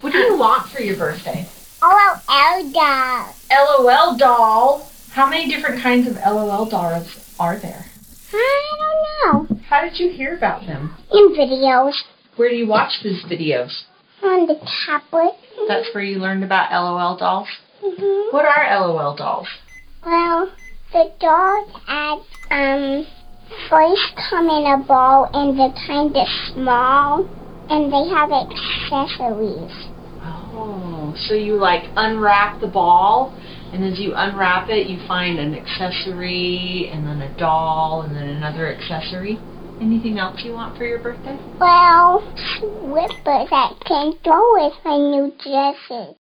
What do you want for your birthday? Oh, well, Elda. LOL doll. How many different kinds of LOL dolls are there? I don't know. How did you hear about them? In videos. Where do you watch these videos? On the tablet. That's where you learned about LOL dolls. Mhm. What are LOL dolls? Well, the dog had um first come in a ball and they're kind of small and they have accessories. Oh, so you like unwrap the ball, and as you unwrap it, you find an accessory, and then a doll, and then another accessory. Anything else you want for your birthday? Well, slippers that can go with my new dresses.